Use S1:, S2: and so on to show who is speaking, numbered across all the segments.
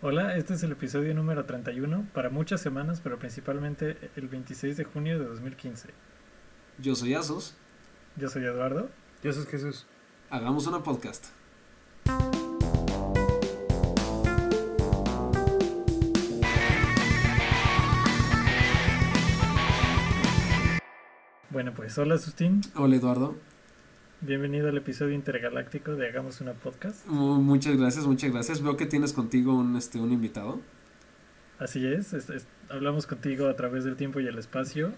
S1: Hola, este es el episodio número 31 para muchas semanas, pero principalmente el 26 de junio de 2015.
S2: Yo soy Asos.
S1: Yo soy Eduardo.
S3: Yo soy Jesús.
S2: Hagamos una podcast.
S1: Bueno, pues hola Sustín,
S2: Hola Eduardo.
S1: bienvenido al episodio intergaláctico de Hagamos una podcast.
S2: Mu- Muchas gracias, muchas gracias. Veo que tienes contigo un, este, un invitado.
S1: Así es, es- es- hablamos contigo a través del tiempo y el espacio,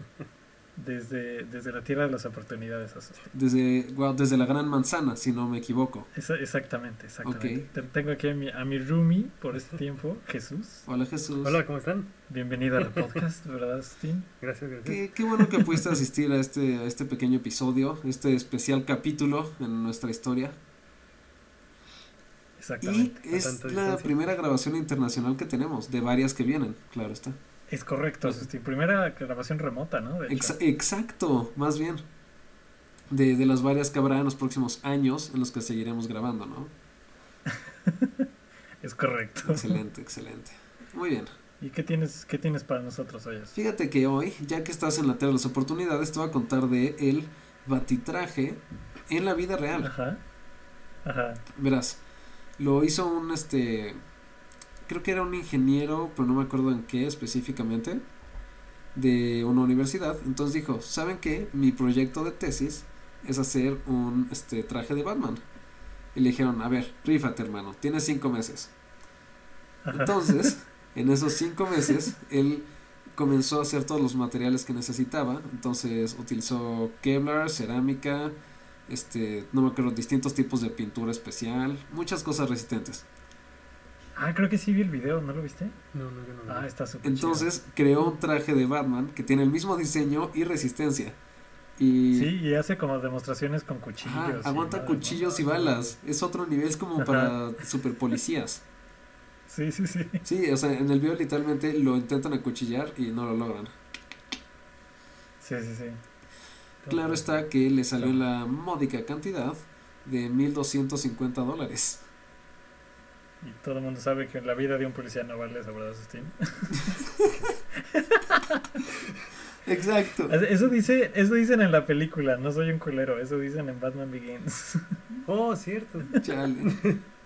S1: desde, desde la tierra de las oportunidades. Asus.
S2: Desde, wow, desde la Gran Manzana, si no me equivoco.
S1: Esa- exactamente, exactamente. Te- Tengo aquí a mi, a mi roomie por este tiempo, Jesús.
S2: Hola Jesús.
S3: Hola, ¿cómo están?
S1: Bienvenido al podcast, ¿verdad, Sustín?
S3: Gracias, gracias.
S2: Qué, qué bueno que pudiste asistir a este, a este pequeño episodio, este especial capítulo en nuestra historia. Y
S1: Exactamente.
S3: a
S2: es
S3: tanta
S2: la
S3: distancia.
S2: primera grabación internacional que tenemos, de varias que vienen, claro está.
S1: Es correcto, Sustín. Primera grabación remota, ¿no? De hecho.
S2: Exa- exacto, más bien. De, de las varias que habrá en los próximos años en los que seguiremos grabando, ¿no?
S1: Es correcto.
S2: Excelente, excelente. Muy bien.
S1: ¿Y qué tienes, qué tienes para nosotros hoy? Asus?
S2: Fíjate que hoy, ya que estás en la tierra de las oportunidades, te voy a contar de el batitraje en la vida real.
S1: Ajá. Ajá.
S2: Verás, lo hizo un este creo que era un ingeniero, pero no me acuerdo en qué específicamente, de una universidad. Entonces dijo, "¿Saben qué? Mi proyecto de tesis es hacer un este traje de Batman." Y le dijeron, "A ver, rífate, hermano, tienes cinco meses."
S1: Ajá.
S2: Entonces, en esos cinco meses, él comenzó a hacer todos los materiales que necesitaba. Entonces, utilizó Kevlar, cerámica, este, no me acuerdo, distintos tipos de pintura especial, muchas cosas resistentes.
S1: Ah, creo que sí vi el video, ¿no lo viste?
S3: No, no, yo no.
S1: Ah, está súper
S2: Entonces, creó un traje de Batman que tiene el mismo diseño y resistencia. Y
S1: chido. Sí, y hace como demostraciones con cuchillos.
S2: Ajá,
S1: y
S2: aguanta
S1: nada, ¿no?
S2: cuchillos y balas. Es otro nivel, es como
S1: Ajá.
S2: para super policías.
S1: Sí, sí, sí.
S2: Sí, o sea, en el video literalmente lo intentan acuchillar y no lo logran.
S1: Sí, sí, sí.
S2: Claro está que le salió la módica cantidad de 1.250 dólares.
S1: Y todo el mundo sabe que la vida de un policía no vale eso, ¿verdad, Sustín?
S2: Exacto.
S1: Eso, dice, eso dicen en la película, no soy un culero, eso dicen en Batman Begins.
S3: Oh, cierto.
S2: Chale.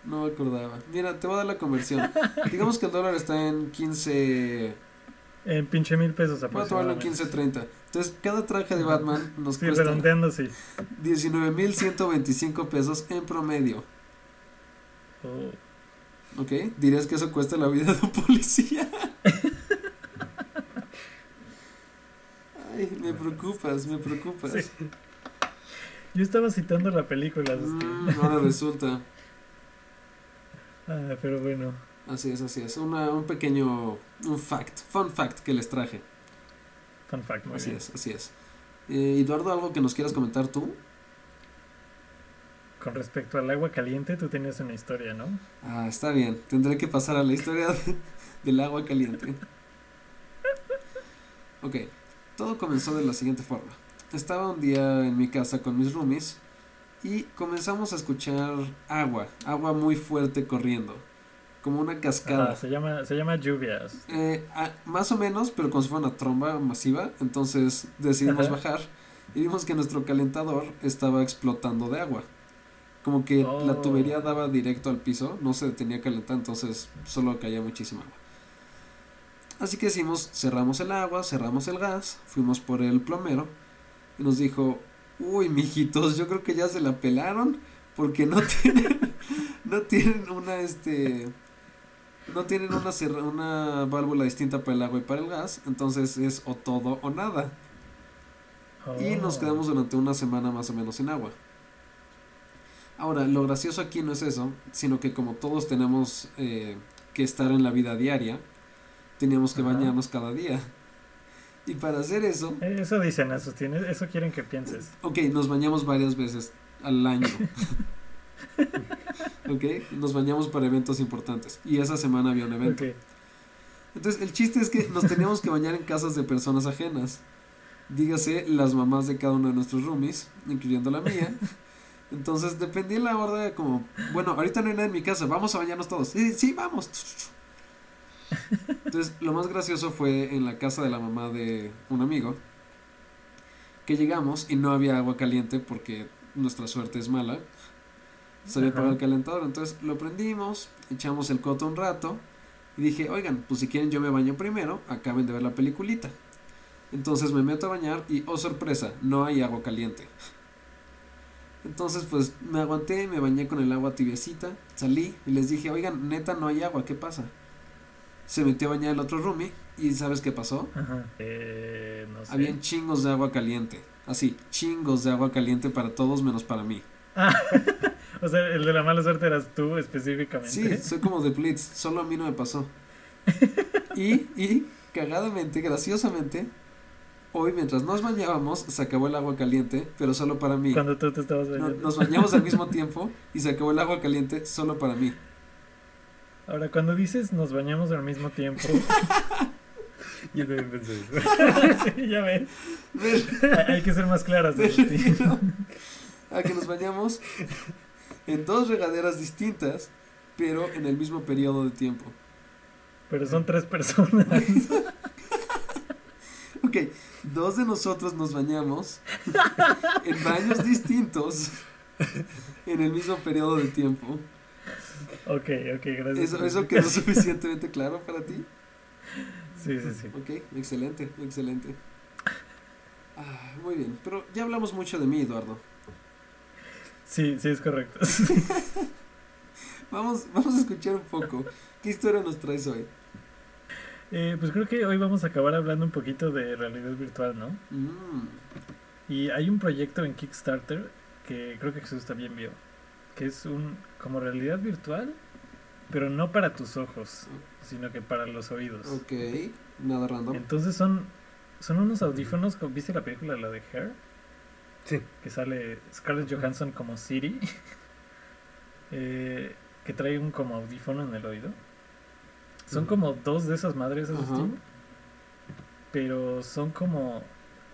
S2: No me acordaba. Mira, te voy a dar la conversión. Digamos que el dólar está en 15...
S1: En pinche mil pesos
S2: Voy a tomarlo en
S1: aproximadamente.
S2: 15.30. Entonces, cada traje de Batman nos
S1: Sí,
S2: cuesta
S1: redondeando, sí.
S2: 19.125 pesos en promedio.
S1: Oh.
S2: ¿Ok? Dirías que eso cuesta la vida de un policía. Ay, me preocupas, me preocupas.
S1: Sí. Yo estaba citando la película, Sustín.
S2: Mm, ahora resulta.
S1: Ah, pero bueno.
S2: Así es, así es. Una, un pequeño, un fact, fun fact que les traje.
S1: Fun fact, muy
S2: así
S1: bien.
S2: es, así es. Eh, Eduardo, ¿algo que nos quieras comentar tú?
S1: Con respecto al agua caliente, tú tenías una historia, ¿no?
S2: Ah, está bien. Tendré que pasar a la historia de- del agua caliente. Ok, todo comenzó de la siguiente forma. Estaba un día en mi casa con mis roomies y comenzamos a escuchar agua, agua muy fuerte corriendo, como una cascada.
S1: Ajá, Ah, se llama, se llama lluvias.
S2: Eh, a- más o menos, pero como si fuera una tromba masiva, entonces decidimos
S1: Ajá.
S2: bajar y vimos que nuestro calentador estaba explotando de agua. Como que la
S1: Oh.
S2: tubería daba directo al piso, no se detenía a calentar, entonces solo caía muchísima agua. Así que decimos, cerramos el agua, cerramos el gas, fuimos por el plomero y nos dijo, uy, mijitos, yo creo que ya se la pelaron porque no tienen, no tienen una, este, no tienen una, cerra- una válvula distinta para el agua y para el gas, entonces es o todo o nada. Y
S1: Oh.
S2: nos quedamos durante una semana más o menos sin agua. Ahora, lo gracioso aquí no es eso, sino que como todos tenemos eh, que estar en la vida diaria, teníamos que
S1: Ajá.
S2: bañarnos cada día. Y para hacer eso,
S1: Eh, Eso dicen, Asustín, eh, eso quieren que pienses.
S2: ok, nos bañamos varias veces al año. ok, nos bañamos para eventos importantes. Y esa semana había un evento.
S1: Ok.
S2: Entonces, el chiste es que nos teníamos que bañar en casas de personas ajenas. Dígase, las mamás de cada uno de nuestros roomies, incluyendo la mía. Entonces, dependía la hora de como, bueno, ahorita no hay nadie en mi casa, vamos a bañarnos todos. Sí, sí, vamos. Entonces, lo más gracioso fue en la casa de la mamá de un amigo, que llegamos y no había agua caliente porque nuestra suerte es mala. Se había
S1: Ajá.
S2: apagado el calentador, entonces lo prendimos, echamos el coto un rato y dije, oigan, pues si quieren yo me baño primero, acaben de ver la peliculita. Entonces me meto a bañar y, oh sorpresa, no hay agua caliente. Entonces pues me aguanté, me bañé con el agua tibiecita, salí y les dije, oigan, neta no hay agua, ¿qué pasa? Se metió a bañar el otro roomie y ¿sabes qué pasó?
S1: Ajá. Eh, no sé.
S2: Habían chingos de agua caliente. Así, chingos de agua caliente para todos menos para mí.
S1: O sea, el de la mala suerte eras tú específicamente.
S2: Sí, soy como de Blitz, solo a mí no me pasó. Y, y, cagadamente, graciosamente, hoy mientras nos bañábamos, se acabó el agua caliente, pero solo para mí.
S1: Cuando tú te estabas
S2: No-
S1: bañando.
S2: Nos bañamos al mismo tiempo y se acabó el agua caliente solo para mí.
S1: Ahora, cuando dices nos bañamos al mismo tiempo,
S3: Yo también pensé eso.
S1: sí, ya ves, hay hay que ser más claras. Agustín.
S2: a que nos bañamos en dos regaderas distintas, pero en el mismo periodo de tiempo.
S1: Pero son tres personas.
S2: Ok, dos de nosotros nos bañamos en baños distintos en el mismo periodo de tiempo.
S1: Ok, ok, gracias.
S2: ¿Eso, eso quedó suficientemente claro para ti?
S1: Sí, sí, sí.
S2: Ok, excelente, excelente. Ah, muy bien, pero ya hablamos mucho de mí, Eduardo.
S1: Sí, sí, es correcto.
S2: Vamos, vamos a escuchar un poco. ¿Qué historia nos traes hoy?
S1: Eh, pues creo que hoy vamos a acabar hablando un poquito de realidad virtual, ¿no?
S2: Mm,
S1: Y hay un proyecto en Kickstarter que creo que Jesús también vio, que es un como realidad virtual, pero no para tus ojos, sino que para los oídos.
S2: ok, nada random.
S1: Entonces son son unos audífonos, como- ¿viste la película la de Hair?
S3: Sí.
S1: Que sale Scarlett Johansson como Siri. eh, que trae un como audífono en el oído. Son
S2: Ujú.
S1: como dos de esas madres,
S2: Ajá.
S1: Agustín. Pero son como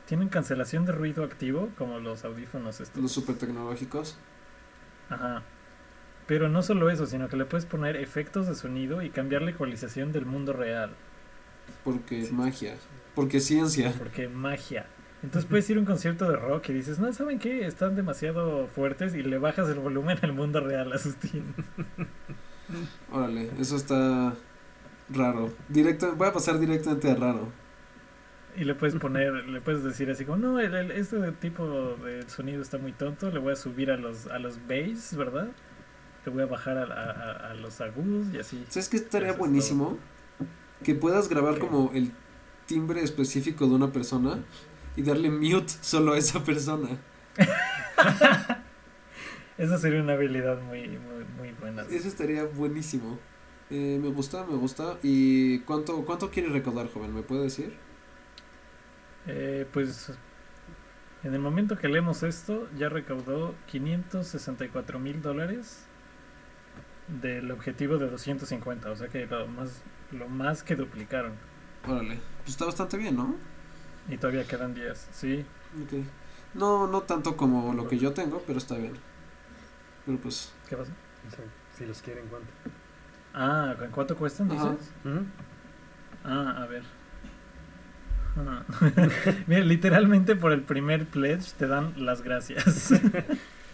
S1: tienen cancelación de ruido activo como los audífonos estos.
S2: Los super tecnológicos.
S1: Ajá. Pero no solo eso, sino que le puedes poner efectos de sonido y cambiar la ecualización del mundo real,
S2: Porque magia. Porque ciencia.
S1: porque magia. Entonces puedes ir a un concierto de rock y dices, no, ¿saben qué? Están demasiado fuertes y le bajas el volumen al mundo real, Asustín.
S2: Órale, eso está raro. Directo, voy a pasar directamente a raro.
S1: Y le puedes poner, le puedes decir así como, no, el- el- este tipo de sonido está muy tonto, le voy a subir a los, a los bass, ¿verdad? Le voy a bajar a, a- a- a los agudos y así.
S2: ¿Sabes qué estaría
S1: Eso es
S2: buenísimo? Que puedas grabar como el timbre específico de una persona y darle mute solo a esa persona.
S1: Esa sería una habilidad muy, muy, muy buena.
S2: Eso estaría buenísimo. Eh, me gusta, me gusta. ¿Y cuánto, cuánto quieres recaudar, joven? ¿Me puede decir?
S1: Eh, pues en el momento que leemos esto, ya recaudó 564 mil dólares del objetivo de 250, o sea que lo más, lo más que duplicaron.
S2: Órale. Pues está bastante bien, ¿no?
S1: Y todavía quedan días, sí.
S2: Ok. No, no tanto como lo que yo tengo, pero está bien. Pero pues,
S1: ¿Qué pasa?
S3: O sea, si los quieren, ¿cuánto?
S1: Ah, ¿cu- ¿cuánto cuestan,
S2: Ajá.
S1: dices? Ah, a ver. Ah. Mira, literalmente por el primer pledge te dan las gracias.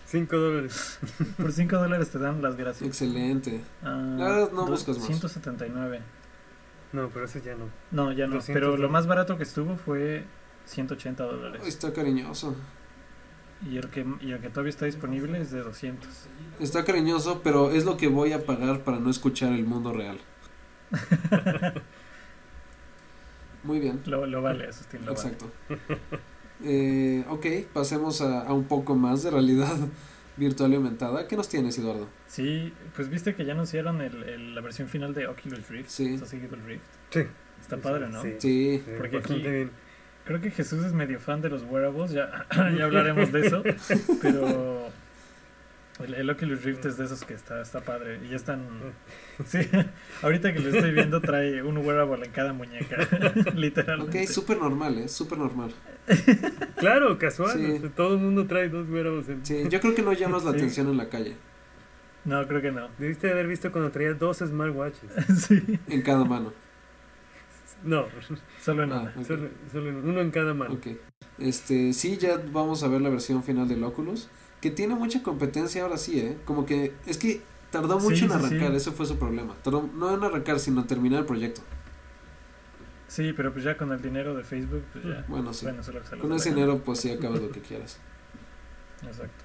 S3: Cinco dólares.
S1: por 5 dólares te dan las gracias.
S2: excelente.
S1: Ah,
S2: La verdad no
S1: dos-
S2: buscas más.
S1: 179.
S3: No, pero ese ya no.
S1: No, ya no.
S3: 200
S1: pero lo
S3: dólares.
S1: más barato que estuvo fue 180 dólares.
S2: Está cariñoso.
S1: Y el que, y el que todavía está disponible es de 200.
S2: Está cariñoso, pero es lo que voy a pagar para no escuchar el mundo real. Muy bien.
S1: Lo, lo vale, eso tiene lo vale.
S2: Exacto. Eh, ok, pasemos a, a un poco más de realidad virtual y aumentada. ¿Qué nos tienes, Eduardo?
S1: Sí, pues viste que ya anunciaron el, el- la versión final de Oculus Rift.
S2: Sí.
S1: o sea, Oculus Rift.
S3: Sí.
S1: Está padre, ¿no?
S3: Sí.
S2: Sí,
S3: Sí,
S1: Porque
S3: bastante
S1: aquí-
S3: bien.
S1: Creo que Jesús es medio fan de los wearables, ya, ya hablaremos de eso. Pero el, el Oculus Rift es de esos que está, está padre. Y ya están. Sí, ahorita que lo estoy viendo, trae un wearable en cada muñeca, literalmente.
S2: ok, súper normal, ¿eh? Súper normal.
S3: Claro, casual.
S2: Sí.
S3: o sea, todo el mundo trae dos güeros. En...
S2: Sí, yo creo que no llamas la
S1: Sí.
S2: atención en la calle,
S1: No, creo que no.
S3: Debiste haber visto cuando traía dos smartwatches.
S1: Sí.
S2: en cada mano.
S3: No,
S1: Solo en
S2: Ah,
S1: una.
S2: ok.
S3: solo, solo en- uno en cada mano.
S2: Ok. Este, sí, ya vamos a ver la versión final del Oculus. Que tiene mucha competencia ahora sí, ¿eh? Como que es que tardó mucho
S1: Sí,
S2: en
S1: sí, sí.
S2: arrancar, ese fue su problema. Tardó, no en arrancar, sino en terminar el proyecto.
S1: Sí, pero pues ya con el dinero de Facebook, pues ya.
S2: Bueno, sí.
S1: Bueno, solo que se los
S2: Con ese
S1: dejan.
S2: dinero, pues sí acabas lo que quieras.
S1: Exacto.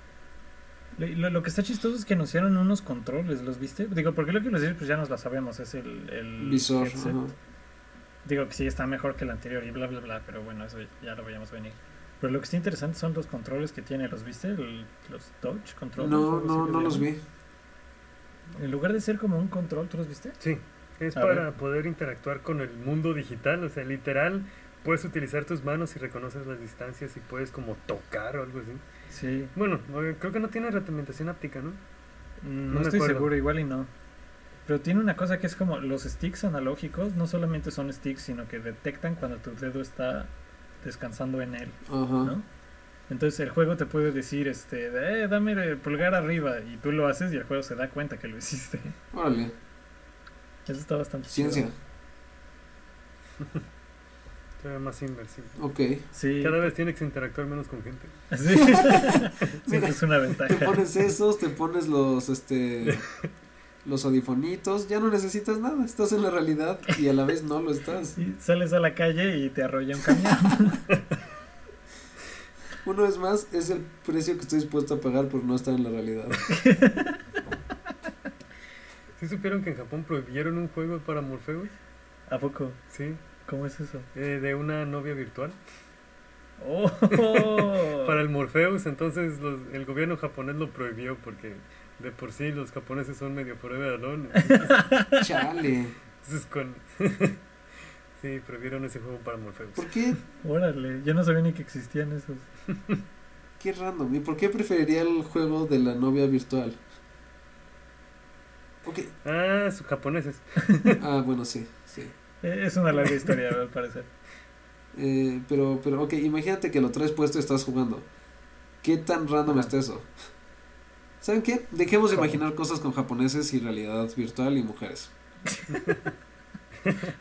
S1: Lo, lo- lo que está chistoso es que anunciaron unos controles, ¿los viste? Digo, porque lo que los pues ya nos la sabemos, es el, el
S2: Visor,
S1: headset.
S2: ajá.
S1: Digo que sí está mejor que el anterior y bla bla bla, pero bueno, eso ya lo veíamos venir. Pero lo que está interesante son los controles que tiene, ¿los viste? El- los touch controls. algo
S2: No,
S1: así
S2: no,
S1: les
S2: no los
S1: llaman.
S2: vi.
S1: En lugar de ser como un control, ¿tú los viste?
S3: Sí, es
S1: A
S3: para poder interactuar con el mundo digital, o sea, literal, puedes utilizar tus manos y reconoces las distancias y puedes como tocar o algo así.
S1: Sí.
S3: Bueno, eh, creo que no tiene retroalimentación áptica, ¿no?
S1: Mm,
S3: No
S1: No
S3: me
S1: estoy
S3: acuerdo.
S1: seguro, igual y no. Pero tiene una cosa que es como los sticks analógicos, no solamente son sticks, sino que detectan cuando tu dedo está descansando en él,
S2: Ajá.
S1: ¿no? Entonces el juego te puede decir, este, de, eh, dame el pulgar arriba, y tú lo haces y el juego se da cuenta que lo hiciste.
S2: Órale,
S1: Eso está bastante chido.
S2: ciencia.
S3: Se ve más inmersivo.
S2: Ok.
S1: Sí.
S3: Cada vez tienes que interactuar menos con gente.
S1: Sí. Siempre es una
S2: Te
S1: ventaja.
S2: pones esos, te pones los, este, los audifonitos, ya no necesitas nada. Estás en la realidad y a la vez no lo estás.
S1: Sí, sales a la calle y te arrolla un camión.
S2: Una vez más, es el precio que estoy dispuesto a pagar por no estar en la realidad.
S3: ¿Sí supieron que en Japón prohibieron un juego para Morpheus?
S1: ¿A poco?
S3: Sí,
S1: ¿Cómo es eso?
S3: eh, de una novia virtual.
S1: ¡Oh!
S3: Para el Morpheus, entonces los- el gobierno japonés lo prohibió porque de por sí los japoneses son medio forever alone.
S2: Chale.
S3: Entonces con... sí, prohibieron ese juego para Morpheus.
S2: ¿Por qué?
S1: Órale, yo no sabía ni que existían esos.
S2: Qué random. ¿Y por qué preferiría el juego de la novia virtual? Ok.
S3: Ah, sus japoneses.
S2: Ah, bueno, sí, sí.
S1: Eh, Es una larga historia, al parecer.
S2: Eh, pero, pero, ok, imagínate que lo traes puesto y estás jugando. ¿Qué tan random está eso? ¿Saben qué? Dejemos de
S1: Ajá.
S2: imaginar cosas con japoneses y realidad virtual y mujeres.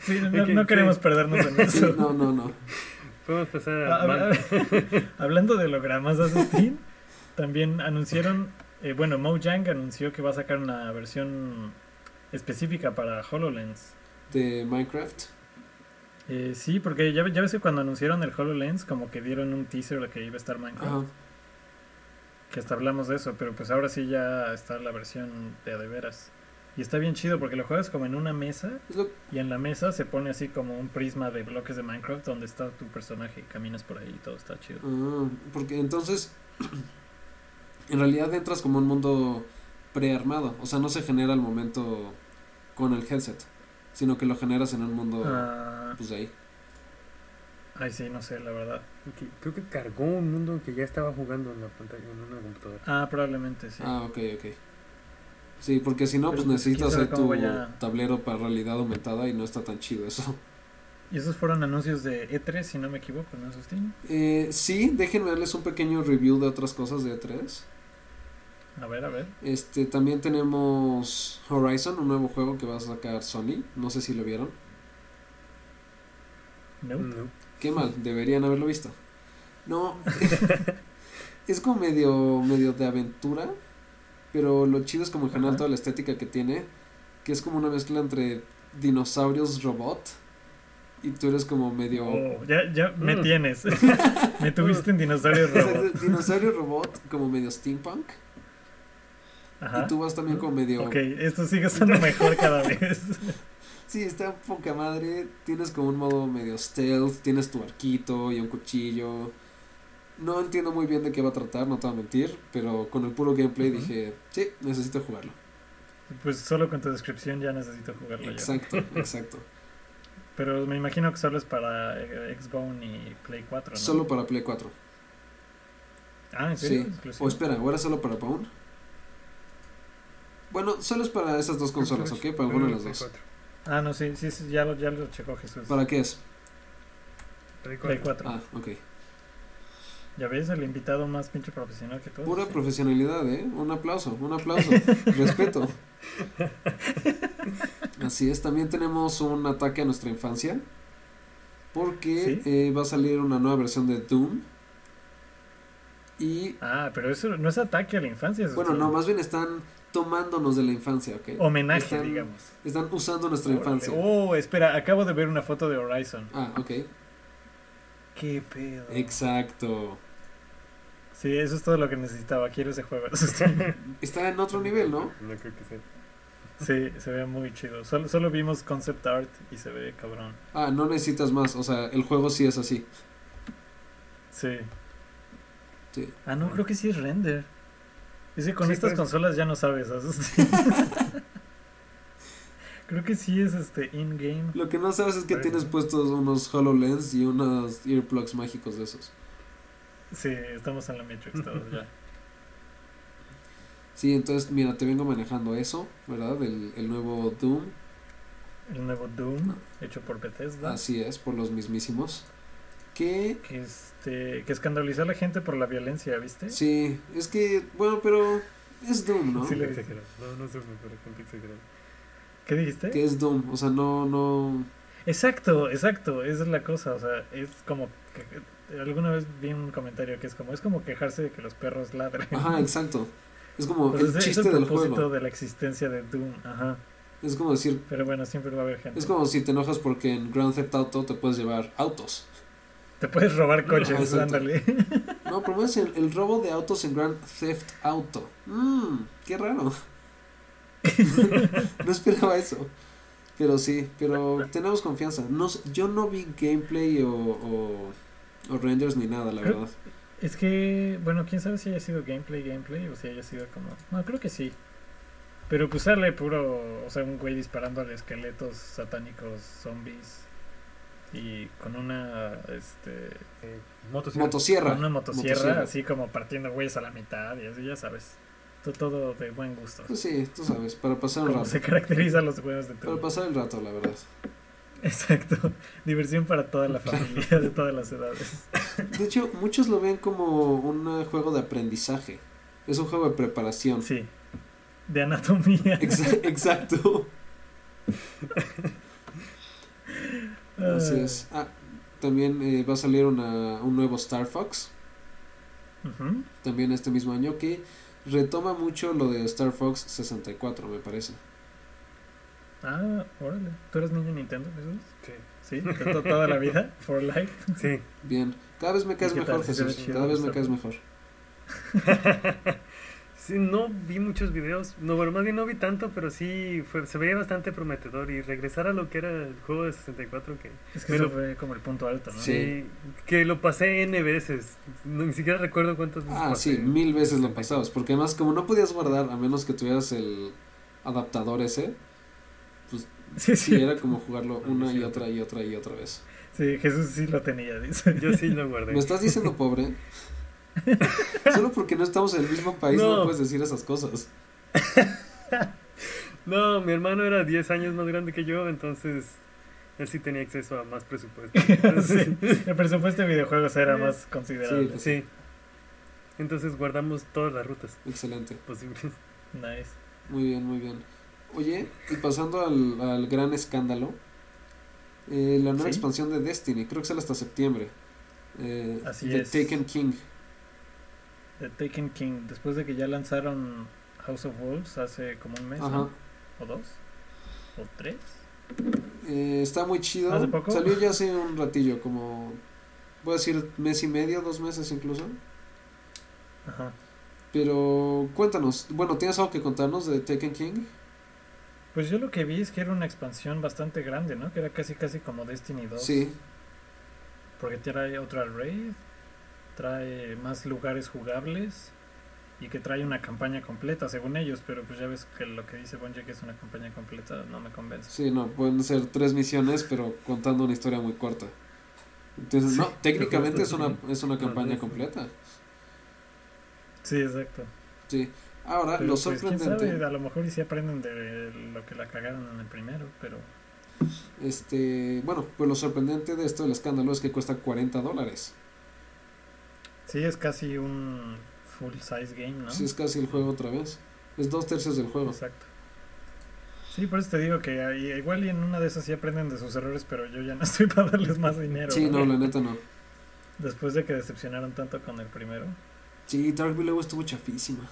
S1: Sí, no,
S3: Ok,
S1: no
S3: sí.
S1: queremos perdernos en
S2: Sí,
S1: eso.
S2: no, no, no.
S3: Podemos pasar
S1: Ah,
S3: a...
S1: hab-
S3: manga.
S1: hab- hablando de hologramas, Asustín, también anunciaron, eh, bueno, Mojang anunció que va a sacar una versión específica para HoloLens.
S2: De Minecraft.
S1: Eh, sí, porque ya, ve- ya ves que cuando anunciaron el HoloLens, como que dieron un teaser de que iba a estar Minecraft.
S2: Ajá.
S1: Que hasta hablamos de eso, pero pues ahora sí ya está la versión de a de veras. Y está bien chido porque lo juegas como en una mesa
S2: Es lo-
S1: y en la mesa se pone así como un prisma de bloques de Minecraft donde está tu personaje y caminas por ahí y todo está chido.
S2: ah, porque entonces, en realidad entras como un mundo prearmado. O sea, no se genera al momento con el headset, sino que lo generas en un mundo,
S1: Ah,
S2: pues de ahí.
S1: ay, sí, no sé, la verdad.
S3: Ok, Creo que cargó un mundo que ya estaba jugando en la pantalla, en una computadora.
S1: Ah, probablemente sí.
S2: Ah, ok, ok. Sí, porque si no,
S1: Pero
S2: pues
S1: pues, quién
S2: necesitas
S1: sabe
S2: hacer
S1: cómo
S2: tu
S1: vaya-
S2: tablero para realidad aumentada y no está tan chido eso.
S1: Y esos fueron anuncios de E3, si no me equivoco, ¿no, Sustín?
S2: Eh, sí, déjenme darles un pequeño review de otras cosas de E3.
S1: A ver, a ver.
S2: Este, también tenemos Horizon, un nuevo juego que va a sacar Sony. No sé si lo vieron.
S1: No.
S3: No.
S2: Qué mal, deberían haberlo visto. No, es como medio, medio de aventura, pero lo chido es como en general
S1: Ajá.
S2: toda la estética que tiene, que es como una mezcla entre dinosaurios robot y tú eres como medio...
S1: Oh, ya, ya me
S3: Mm.
S1: tienes. me tuviste en Dinosaurio Robot.
S2: dinosaurio robot como medio steampunk
S1: Ajá.
S2: y tú vas también como medio
S1: Ok, esto sigue siendo mejor cada vez.
S2: sí está poca madre tienes como un modo medio stealth tienes tu arquito y un cuchillo no entiendo muy bien de qué va a tratar no te voy a mentir pero con el puro gameplay
S1: Ujú.
S2: dije sí necesito jugarlo
S1: Pues solo con tu descripción ya necesito jugarlo yo.
S2: exacto exacto
S1: Pero me imagino que solo es para eh, Xbox y Play 4, ¿no?
S2: solo para play 4
S1: Ah, ¿en serio?
S2: sí
S1: Exclusivo.
S2: o espera ahora solo para Pawn bueno solo es para esas dos consolas ok para alguna de las dos
S1: Ah, no, sí, sí, sí, ya lo, ya lo checó Jesús.
S2: para qué es
S1: Play 4.
S2: ah ok
S1: Ya ves, el invitado más pinche profesional que todo.
S2: Pura profesionalidad, ¿eh? Un aplauso, un aplauso. Respeto. Así es, también tenemos un ataque a nuestra infancia, Porque
S1: ¿Sí?
S2: eh, va a salir una nueva versión de Doom. Y
S1: Ah, pero eso no es ataque a la infancia. eso
S2: bueno,
S1: es
S2: no, más bien están tomándonos de la infancia, ¿ok?
S1: Homenaje,
S2: Están-
S1: digamos.
S2: Están usando nuestra
S1: Oh. Órale.
S2: infancia.
S1: Oh, espera, acabo de ver una foto de Horizon.
S2: Ah, ok.
S1: Qué pedo.
S2: Exacto.
S1: Sí, eso es todo lo que necesitaba. Quiero ese juego.
S2: Está en otro nivel, ¿no?
S3: No creo que sea.
S1: sí, se ve muy chido. Solo, solo vimos concept art y se ve cabrón.
S2: Ah, no necesitas más. O sea, el juego sí es así.
S1: Sí.
S2: Sí.
S1: Ah, no, creo que sí es render. Es que con
S3: Sí,
S1: estas
S3: pero-
S1: consolas ya no sabes. asusté. creo que sí es este in-game.
S2: Lo que no sabes es que
S3: Bueno.
S2: tienes puestos unos HoloLens y unos earplugs mágicos de esos.
S1: Sí, estamos en la Matrix todos ya.
S2: Sí, entonces, mira, te vengo manejando eso, ¿verdad? El, el nuevo Doom.
S1: El nuevo Doom, hecho por Bethesda.
S2: Así es, por los mismísimos. Que
S1: Que, este, que escandalizó a la gente por la violencia, ¿viste?
S2: sí, es que, bueno, pero es Doom, ¿no?
S1: Sí,
S3: Sí,
S1: lo-
S3: lo exagerado. No, no sé, pero gente exagerada.
S1: ¿Qué dijiste?
S2: Que es Doom, o sea, no, no.
S1: Exacto, exacto, esa es la cosa, o sea, es como que- alguna vez vi un comentario que es como es como quejarse de que los perros ladren.
S2: Ajá, exacto. Es como
S1: Pues
S2: el
S1: ese es
S2: chiste
S1: el
S2: del
S1: propósito
S2: juego.
S1: de la existencia de Doom, ajá.
S2: Es como decir,
S1: Pero bueno, siempre va a haber gente.
S2: es como si te enojas porque en Grand Theft Auto te puedes llevar autos.
S1: Te puedes robar
S2: Ajá,
S1: coches,
S2: exacto.
S1: ándale.
S2: No, pero es el, el robo de autos en Grand Theft Auto. Mmm, qué raro. no esperaba eso. Pero sí, pero tenemos confianza. No, sé, yo no vi gameplay o, o, o renders ni nada, la
S1: Creo-
S2: verdad.
S1: Es que, bueno, quién sabe si haya sido gameplay, gameplay, o si haya sido como. No, creo que sí. Pero pues sale puro. O sea, un güey disparando a esqueletos satánicos, zombies. Y con una. Este.
S3: Eh, motos.
S1: Con
S2: Motosierra.
S1: una motosierra,
S2: Motosierra.
S1: así como partiendo güeyes a la mitad y así, ya sabes. To- Todo de buen gusto.
S2: Pues sí, tú sabes, para pasar un
S1: Como
S2: rato.
S1: se caracterizan los juegos de
S2: Para
S1: Doom.
S2: pasar el rato, la verdad.
S1: Exacto. Diversión para toda la familia, de todas las edades.
S2: De hecho, muchos lo ven como un eh, juego de aprendizaje. Es un juego de preparación.
S1: Sí. De anatomía.
S2: Exa- Exacto. Así es. Ah, también eh, va a salir una, un nuevo Star Fox.
S1: Ah, Ujú.
S2: también este mismo año que retoma mucho lo de Star Fox 64, me parece.
S1: Ah, órale. ¿Tú eres niño Nintendo, Jesús? Sí,
S3: Sí.
S1: to- to- toda la vida, for life.
S3: Sí.
S2: Bien, cada vez me caes
S1: ¿Y qué tal?
S2: mejor,
S1: ¿Sí se ve
S2: Jesús.
S1: chido
S2: Cada vez me
S1: Star
S2: caes
S1: Fox?
S2: mejor.
S3: Sí, no vi muchos videos, no, bueno, más bien no vi tanto, pero sí fue, se veía bastante prometedor y regresar a lo que era el juego de 64 que
S1: Es que
S3: Pero-
S1: eso fue como el punto alto, ¿no?
S2: Sí.
S3: sí, que lo pasé n veces, no, ni siquiera recuerdo cuántas veces
S2: Ah,
S3: pasé.
S2: sí, mil veces lo pasabas, porque además como no podías guardar a menos que tuvieras el adaptador ese,
S1: Sí,
S2: sí
S1: sí.
S2: era como jugarlo
S3: Ah,
S2: una
S3: sí.
S2: y otra y otra y otra vez.
S1: Sí, Jesús sí lo tenía, dice.
S3: Yo sí lo guardé.
S2: ¿Me estás diciendo pobre? Solo porque no estamos en el mismo país no,
S3: No.
S2: puedes decir esas cosas.
S3: No, mi hermano era 10 años más grande que yo, entonces él sí tenía acceso a más presupuesto. Entonces,
S1: sí, el presupuesto de videojuegos era más considerable.
S3: sí. Entonces guardamos todas las rutas
S2: Excelente.
S3: posibles.
S1: Nice.
S2: Muy bien, muy bien. Oye, y pasando al, al gran escándalo, eh, la nueva
S1: Sí.
S2: expansión de Destiny, creo que sale hasta septiembre. Eh,
S1: Así
S2: de
S1: es.
S2: Taken King.
S1: The Taken King, después de que ya lanzaron House of Wolves hace como un mes,
S2: Ajá.
S1: ¿no? ¿O dos? ¿O tres?
S2: Eh, está muy chido.
S1: ¿Hace poco?
S2: Salió ya hace un ratillo, como voy a decir mes y medio, dos meses incluso.
S1: Ajá.
S2: Pero cuéntanos, bueno, ¿tienes algo que contarnos de Taken King?
S1: Pues yo lo que vi es que era una expansión bastante grande, ¿no? Que era casi casi como Destiny 2.
S2: Sí,
S1: Porque trae otra raid, trae más lugares jugables y que trae una campaña completa, según ellos, pero pues ya ves que lo que dice Bungie que es una campaña completa no me convence.
S2: sí, no, pueden ser tres misiones, pero contando una historia muy corta. Entonces,
S1: Sí,
S2: no, técnicamente es
S3: justo,
S2: una, es una campaña
S3: sí.
S2: completa.
S1: Sí, exacto.
S2: Sí. Ahora,
S1: Pero,
S2: Ah, lo
S1: pues, quién
S2: sorprendente.
S1: sabe, a lo mejor y si aprenden de lo que la cagaron en el primero, pero
S2: Este, bueno, pues lo sorprendente de esto del escándalo es que cuesta 40 dólares.
S1: sí es casi un full size game, ¿no?
S2: Si es casi el juego otra vez. Es dos tercios del juego.
S1: Exacto. Sí, por eso te digo que ahí- igual y en una de esas sí aprenden de sus errores, pero yo ya no estoy para darles más dinero.
S2: Sí,
S1: ¿no?
S2: no, la neta no.
S1: Después de que decepcionaron tanto con el primero.
S2: Sí, Dark Below estuvo chafísima.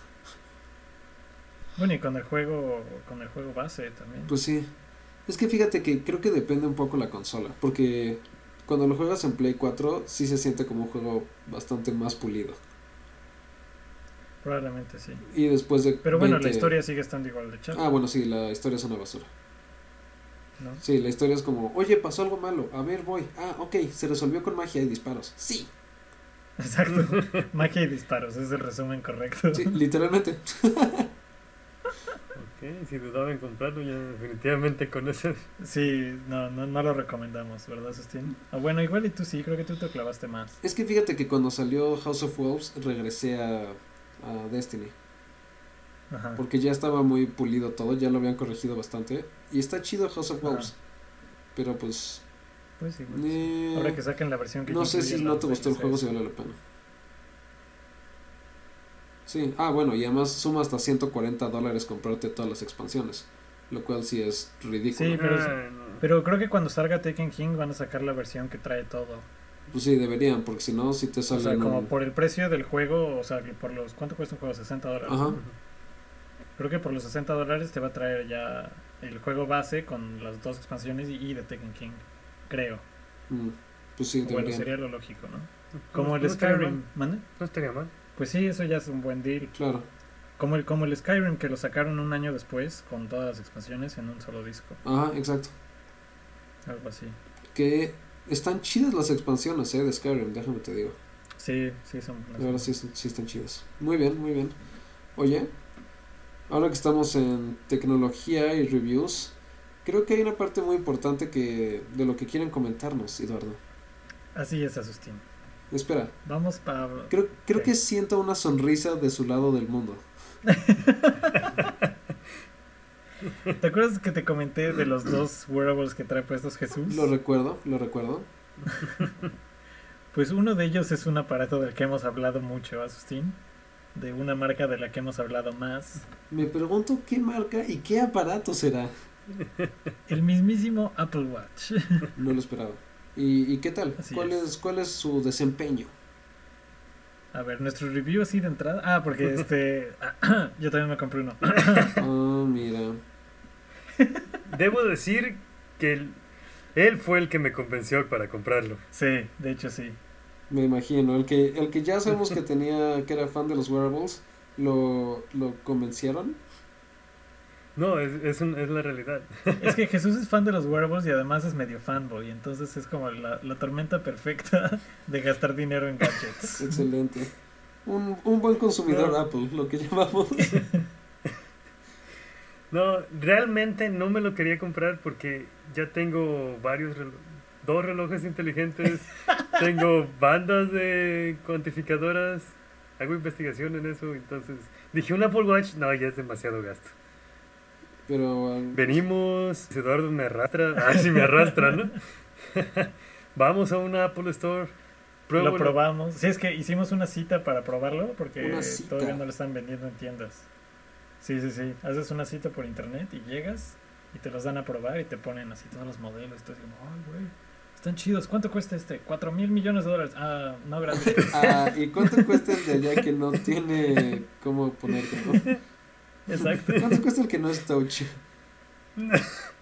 S1: Bueno, y con el juego, con el juego base también.
S2: Pues sí. Es que fíjate que creo que depende un poco la consola. Porque cuando lo juegas en Play 4, sí se siente como un juego bastante más pulido.
S1: Probablemente sí.
S2: Y después de.
S1: Pero bueno, la
S2: 20
S1: historia sigue estando igual de chata,
S2: Ah, bueno, sí, la historia es una basura.
S1: ¿no?
S2: Sí, la historia es como, oye, pasó algo malo. A ver, voy. Ah, ok, se resolvió con magia y disparos. Sí,
S1: Exacto. Magia y disparos, es el resumen correcto.
S2: sí literalmente.
S3: Ok, si dudaba en comprarlo, ya definitivamente con ese.
S1: Sí, no, no, no lo recomendamos, ¿verdad, Sustín? Ah, bueno, igual y tú sí, creo que tú te clavaste más.
S2: Es que fíjate que cuando salió House of Wolves, regresé a, a Destiny.
S1: Ajá.
S2: Porque ya estaba muy pulido todo, ya lo habían corregido bastante. Y está chido House of Wolves. Pero pues.
S1: Pues sí, Ah. bueno.
S2: eh,
S1: Ahora que saquen la versión que
S2: No
S1: ya
S2: sé
S1: incluye
S2: si no
S1: los
S2: te gustó el juego,
S1: DLCs.
S2: si vale la pena. Sí, ah, bueno, y además suma hasta 140 dólares comprarte todas las expansiones. Lo cual sí es ridículo.
S1: Sí, pero es-
S3: Ah, no.
S1: Pero creo que cuando salga Taken King van a sacar la versión que trae todo.
S2: Pues sí, deberían, porque si no, si te
S1: O
S2: salen.
S1: sea, como
S2: un-
S1: por el precio del juego, o sea, que por los... ¿Cuánto cuesta un juego? 60 dólares.
S2: Ajá.
S1: Creo que por los 60 dólares te va a traer ya el juego base con las dos expansiones y, y de Taken King. Creo.
S2: Mm, Pues sí,
S1: Bueno,
S2: deberían.
S1: sería lo lógico, ¿no?
S3: Pues
S1: Como
S3: No
S1: el
S3: estaría
S1: Skyrim.
S3: mal,
S1: ¿Mande?
S3: No estaría mal.
S1: Pues sí, eso ya es un buen deal.
S2: Claro.
S1: Como el, como el Skyrim que lo sacaron un año después con todas las expansiones en un solo disco.
S2: Ajá, exacto.
S1: Algo así.
S2: Que están chidas las expansiones, eh, de Skyrim, déjame te digo.
S1: Sí, sí, son.
S2: De verdad sí, sí están chidas. Muy bien, muy bien. Oye, ahora que estamos en tecnología y reviews, creo que hay una parte muy importante que de lo que quieren comentarnos, Eduardo.
S1: Así es, Asustín.
S2: Espera,
S1: Vamos para.
S2: creo, creo
S1: Ok.
S2: que siento una sonrisa de su lado del mundo.
S1: ¿Te acuerdas que te comenté de los dos wearables que trae puestos Jesús?
S2: Lo recuerdo, lo recuerdo.
S1: Pues uno de ellos es un aparato del que hemos hablado mucho, Asustín. De una marca de la que hemos hablado más.
S2: Me pregunto qué marca y qué aparato será.
S1: El mismísimo Apple Watch.
S2: No lo esperaba. ¿Y, y qué tal?
S1: Así
S2: ¿Cuál
S1: es.
S2: es. cuál es su desempeño?
S1: A ver, nuestro review así de entrada. Ah, porque este. yo también me compré uno.
S2: Ah, mira.
S3: Debo decir que él, él fue el que me convenció para comprarlo.
S1: Sí, de hecho sí.
S2: Me imagino, el que, el que ya sabemos que tenía, que era fan de los wearables, lo, lo convencieron.
S3: No, es, es, un- es la realidad.
S1: Es que Jesús es fan de los wearables y además es medio fanboy, entonces es como la, la tormenta perfecta de gastar dinero en gadgets.
S2: Excelente. Un, un buen consumidor
S3: Claro.
S2: Apple, lo que llamamos.
S3: No, realmente no me lo quería comprar porque ya tengo varios relo- dos relojes inteligentes, tengo bandas de cuantificadoras, hago investigación en eso, entonces dije un Apple Watch, no, ya es demasiado gasto.
S2: Pero ah,
S3: Venimos, Eduardo me arrastra, a ver si me arrastra, ¿no? Vamos a una Apple Store,
S1: Lo
S3: pruébalo.
S1: probamos. Sí, es que hicimos una cita para probarlo porque
S2: Una cita.
S1: todavía no lo están vendiendo en tiendas. Sí, sí, sí. Haces una cita por internet y llegas y te los dan a probar y te ponen así todos los modelos. Y tú dices, ay, güey, están chidos. ¿Cuánto cuesta este? ¿Cuatro mil millones de dólares? Ah, no, gracias.
S2: ah, ¿y cuánto cuesta el de allá que no tiene cómo ponerte? no?
S1: Exacto.
S2: ¿Cuánto cuesta el que no es touch?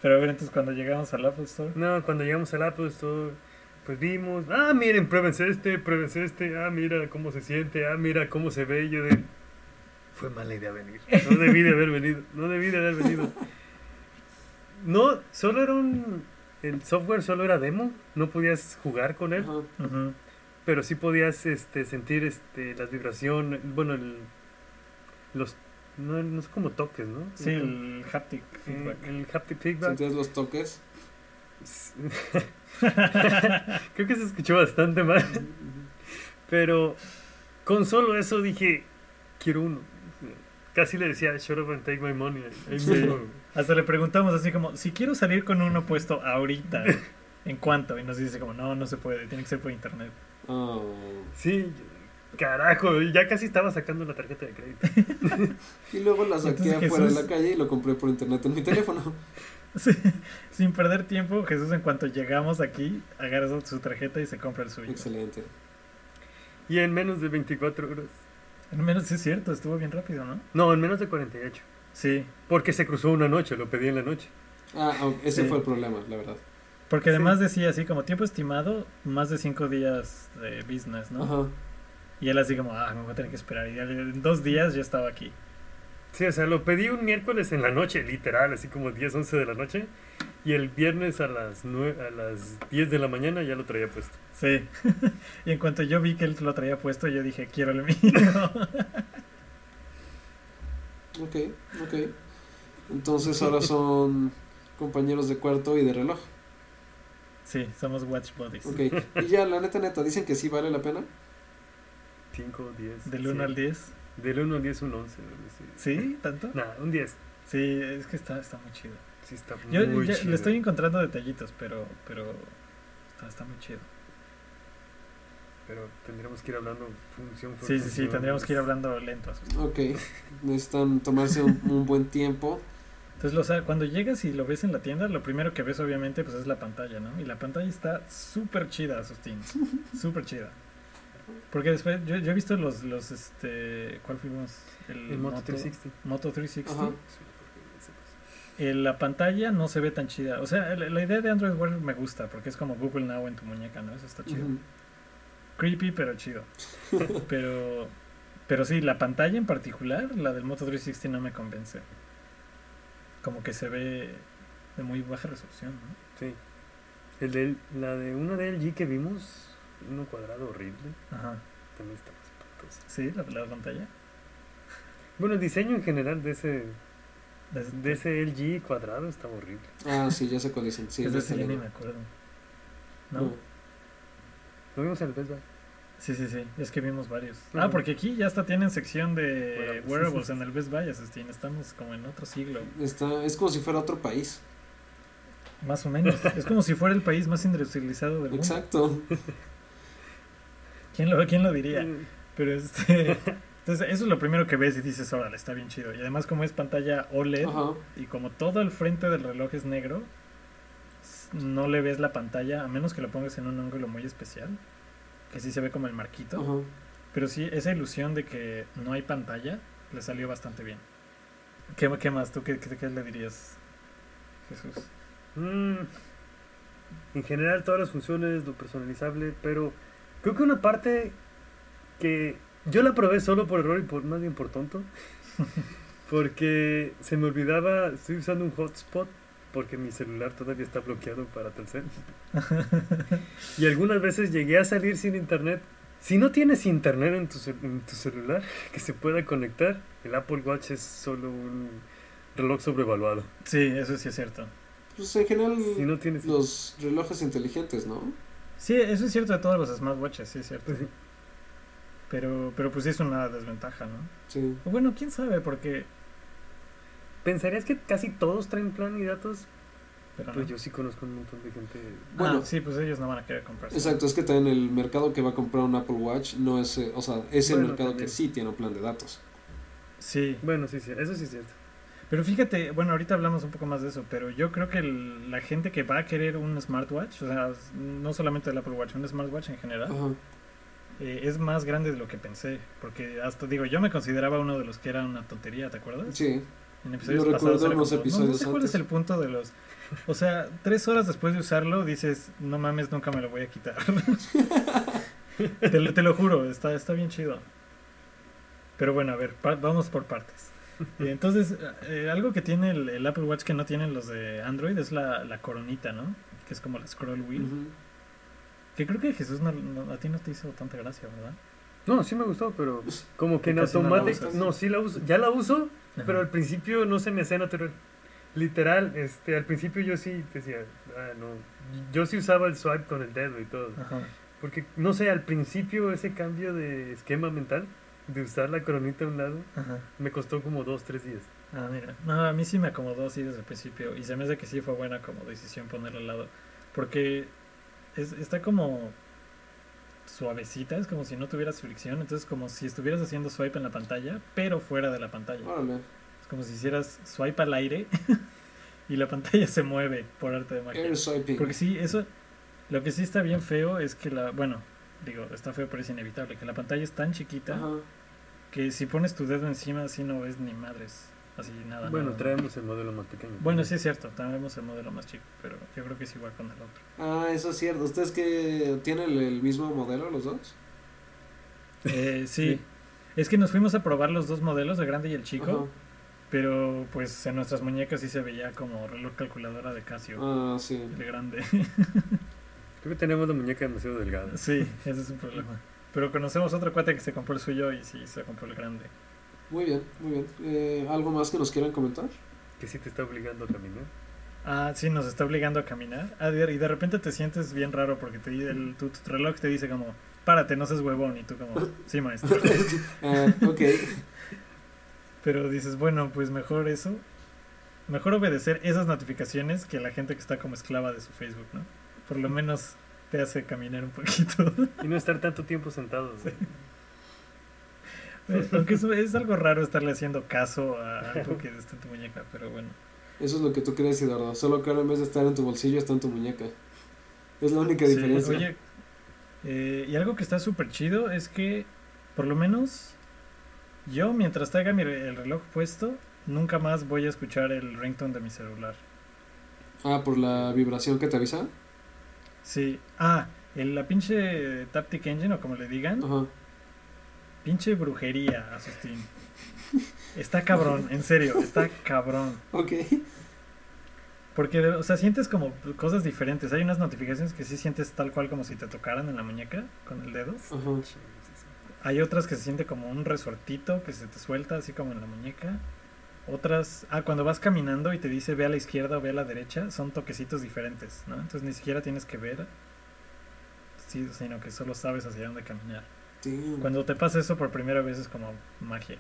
S1: Pero a ver, entonces cuando llegamos al Apple Store.
S3: No, cuando llegamos al Apple Store, pues vimos, ah, miren, pruébense este, pruébense este, ah, mira cómo se siente, ah, mira cómo se ve. Y yo de, fue mala idea venir. No debí de haber venido, no debí de haber venido. No, solo era un, el software solo era demo, no podías jugar con
S1: Eh,
S3: él,
S2: Ajá.
S1: Ujú.
S3: pero sí podías este, sentir este, las vibraciones, bueno, el, los, no, no es como toques, ¿no?
S1: Sí, el haptic
S3: el,
S1: feedback.
S3: el haptic feedback.
S2: ¿Sentías los toques?
S3: Creo que se escuchó bastante mal. Pero con solo eso dije, quiero uno. Casi le decía, shut up and take my money. Ahí
S1: Sí.
S3: mismo.
S1: Hasta le preguntamos así como, si quiero salir con uno puesto ahorita, ¿en cuánto? Y nos dice como, no, no se puede, tiene que ser por internet.
S2: Ah,
S3: Sí, Carajo, ya casi estaba sacando la tarjeta de crédito.
S2: Y luego la saqué
S1: Entonces,
S2: afuera de
S1: Jesús-
S2: la calle y lo compré por internet en mi teléfono.
S1: Sí, sin perder tiempo, Jesús, en cuanto llegamos aquí, agarra su tarjeta y se compra el suyo.
S2: Excelente.
S3: Y en menos de 24 horas.
S1: En menos, sí es cierto, estuvo bien rápido, ¿no?
S3: No, en menos de 48.
S1: Sí,
S3: Porque se cruzó una noche, lo pedí en la noche.
S2: Ah, ah, ese
S1: Sí.
S2: fue el problema, la verdad.
S1: porque además decía así como tiempo estimado, más de cinco días de business, ¿no?
S2: Ajá.
S1: Y él así como, ah, me voy a tener que esperar. Y en dos días ya estaba aquí.
S3: Sí, o sea, lo pedí un miércoles en la noche, literal, así como 10, 11 de la noche. Y el viernes a las, nue- a las 10 de la mañana ya lo traía puesto.
S1: Sí. y en cuanto yo vi que él lo traía puesto, yo dije, quiero el mío.
S2: Ok, ok. Entonces ahora son compañeros de cuarto y de reloj.
S1: sí, somos Watch Buddies.
S2: Ok. Y ya, la neta, neta, dicen que sí vale la pena.
S3: 5, 10.
S1: Del 1 al 10.
S3: 10. Del 1 al 10, un 11. algo así.
S1: ¿Sí? ¿Tanto?
S3: Nah, un 10.
S1: Sí, es que está, está muy chido.
S3: Sí, está
S1: Yo
S3: muy
S1: ya
S3: chido.
S1: le estoy encontrando detallitos, pero, pero está, está muy chido.
S3: Pero tendremos que ir hablando función por
S1: Sí, sí, sí,
S3: función,
S1: tendríamos que ir
S3: pues.
S1: hablando lento. Asus.
S2: Ok. Necesitan tomarse un, un buen tiempo.
S1: Entonces, lo, sa- cuando llegas y lo ves en la tienda, lo primero que ves obviamente pues es la pantalla, ¿no? Y la pantalla está súper chida, Asustín. Súper chida. Porque después, yo, yo he visto los, los, este, ¿cuál fuimos?
S3: El Moto 360.
S1: Moto 360.
S2: Ajá.
S1: Eh, la pantalla no se ve tan chida. O sea, la, la idea de Android Wear me gusta porque es como Google Now en tu muñeca, ¿no? Eso está chido.
S2: Ujú.
S1: Creepy, pero chido. pero, pero sí, la pantalla en particular, la del Moto 360 no me convence. Como que se ve de muy baja resolución, ¿no?
S3: Sí. El del, la de una de LG que vimos, uno cuadrado horrible,
S1: Ajá.
S3: también está más espantoso.
S1: Sí, la, la pantalla.
S3: Bueno, el diseño en general de ese,
S1: Desde,
S3: de ese LG cuadrado está horrible.
S2: Ah, sí, ya sé cuál dicen. Sí, Uh.
S1: desde
S2: está
S1: ese ya ni
S2: bien.
S1: me acuerdo. este ¿No?
S2: No.
S3: Lo vimos en el Best Buy.
S1: Sí, sí, sí. Es que vimos varios. Ah,
S3: Ajá.
S1: porque aquí ya hasta tienen sección de
S3: Wearables.
S1: wearables en el Best Buy, Asustín. Estamos como en otro siglo.
S2: Está, es como si fuera otro país.
S1: Más o menos. Es como si fuera el país más industrializado del mundo.
S2: Exacto.
S1: ¿Quién lo, quién lo diría?
S3: Mm,
S1: Pero este. Entonces, eso es lo primero que ves y dices, órale, está bien chido. Y además, como es pantalla OLED
S2: Ajá.
S1: y como todo el frente del reloj es negro, s- no le ves la pantalla, a menos que lo pongas en un ángulo muy especial, que sí se ve como el marquito.
S2: Ajá.
S1: Pero sí, esa ilusión de que no hay pantalla le salió bastante bien. ¿Qué, qué más? ¿Tú qué, qué, qué le dirías, Jesús?
S3: mm. En general todas las funciones, lo personalizable, pero creo que una parte que yo la probé solo por error y por más bien por tonto, porque se me olvidaba, estoy usando un hotspot porque mi celular todavía está bloqueado para Telcel. Y algunas veces llegué a salir sin internet. Si no tienes internet en tu, cel- en tu celular que se pueda conectar, el Apple Watch es solo un reloj sobrevaluado.
S1: sí, eso sí es cierto.
S2: Pues en general,
S3: Si no tienes...
S2: los relojes inteligentes, ¿no?
S1: Sí, eso es cierto de todos los smartwatches, sí es cierto.
S3: Pues sí.
S1: Pero, pero pues sí es una desventaja, ¿no?
S2: Sí.
S1: O Bueno, quién sabe, porque.
S3: ¿Pensarías que casi todos traen plan y datos?
S1: Pero
S3: Pues
S1: no.
S3: yo sí conozco un montón de gente.
S2: Bueno.
S1: Ah, sí, pues ellos no van a querer comprarse.
S2: Exacto, es que también el mercado que va a comprar un Apple Watch no es, eh, o sea, es el
S3: Bueno,
S2: mercado
S3: también.
S2: que sí tiene un plan de datos.
S1: Sí,
S3: Bueno, sí, sí, eso sí es cierto.
S1: pero fíjate, bueno, ahorita hablamos un poco más de eso, pero yo creo que el- la gente que va a querer un smartwatch, o sea, no solamente el Apple Watch, un smartwatch en general,
S2: Ajá.
S1: eh, es más grande de lo que pensé. Porque hasta digo, yo me consideraba uno de los que era una tontería, ¿te acuerdas?
S2: Sí,
S1: En episodios
S2: Lo
S1: pasados
S2: recuerdo
S1: era
S2: en los
S1: como, "No, no,
S2: episodios
S1: sé cuál
S2: antes".
S1: es el punto de los... O sea, tres horas después de usarlo dices, no mames, nunca me lo voy a quitar. te, lo- te lo juro, está, está bien chido. Pero bueno, a ver, pa- vamos por partes. Y entonces, eh, algo que tiene el, el Apple Watch que no tienen los de Android es la, la coronita, ¿no? Que es como la scroll wheel.
S2: Ujú.
S1: Que creo que Jesús no- no- a ti no te hizo tanta gracia, ¿verdad?
S3: No, sí me gustó, pero como que en
S1: Casi no la
S3: automático.
S2: usas.
S3: No, sí la uso. Ya la uso,
S1: Ajá.
S3: pero al principio no se me hacía natural. Literal, este, al principio yo sí decía, ah, no. Yo sí usaba el swipe con el dedo y todo.
S1: Ajá.
S3: Porque, no sé, al principio ese cambio de esquema mental, de usar la coronita a un lado,
S1: Ajá.
S3: me costó como dos, tres días.
S1: Ah, mira. No, a mí sí me acomodó así desde el principio. Y se me hace que sí fue buena como decisión ponerlo al lado. Porque es- está como. suavecita, es como si no tuvieras fricción, entonces como si estuvieras haciendo swipe en la pantalla, pero fuera de la pantalla.
S2: Órale.
S1: Es como si hicieras swipe al aire y la pantalla se mueve por arte de magia.
S2: Air swiping.
S1: Porque sí, eso, lo que sí está bien feo es que la, bueno, digo, está feo pero es inevitable, que la pantalla es tan chiquita
S2: Ajá.
S1: que si pones tu dedo encima así no ves ni madres, así nada.
S3: Bueno,
S1: nada,
S3: traemos el modelo más pequeño.
S1: nada. Bueno, sí es cierto, tenemos el modelo más chico, pero yo creo que es igual con el otro.
S2: Ah, eso es cierto. ¿Ustedes que tienen el, el mismo modelo los dos?
S1: Eh, sí.
S3: Sí.
S1: es que nos fuimos a probar los dos modelos, el grande y el chico.
S2: Ajá.
S1: Pero pues en nuestras muñecas sí se veía como reloj calculadora de Casio.
S2: Ah, sí.
S1: El grande.
S3: Creo que tenemos la muñeca demasiado delgada.
S1: sí, ese es un problema. Pero conocemos otro cuate que se compró el suyo y sí se compró el grande.
S2: Muy bien, muy bien. Eh, ¿Algo más que nos quieran comentar?
S3: Que sí te está obligando a caminar.
S1: Ah, sí, nos está obligando a caminar. Ah, de- y de repente te sientes bien raro porque te, di- el, tu, tu reloj te dice como, párate, no seas huevón. Y tú como, sí, maestro.
S2: Ah, ok.
S1: Pero dices, bueno, pues mejor eso. Mejor obedecer esas notificaciones que la gente que está como esclava de su Facebook, ¿no? Por lo menos te hace caminar un poquito.
S3: Y no estar tanto tiempo sentado. güey.
S1: Eh, Aunque es, es algo raro estarle haciendo caso a algo que está en tu muñeca, pero bueno.
S2: Eso es lo que tú crees, Eduardo. Solo que ahora en vez de estar en tu bolsillo, está en tu muñeca. Es la única
S1: Sí,
S2: diferencia.
S1: oye, eh, y algo que está súper chido es que, por lo menos, yo mientras traiga mi re- el reloj puesto, nunca más voy a escuchar el ringtone de mi celular.
S2: Ah, por la vibración que te avisa.
S1: Sí, ah, el- la pinche eh, Taptic Engine, o como le digan,
S2: Ajá.
S1: pinche brujería, Asustín. Está cabrón, en serio, está cabrón.
S2: Ok.
S1: Porque, o sea, sientes como cosas diferentes. Hay unas notificaciones que sí sientes tal cual como si te tocaran en la muñeca con el dedo.
S2: Ajá.
S1: Hay otras que se siente como un resortito que se te suelta así como en la muñeca. Otras, ah, cuando vas caminando y te dice ve a la izquierda o ve a la derecha, son toquecitos diferentes, ¿no? Entonces ni siquiera tienes que ver, sí, sino que solo sabes hacia dónde caminar.
S2: Damn.
S1: Cuando te pasa eso por primera vez es como magia.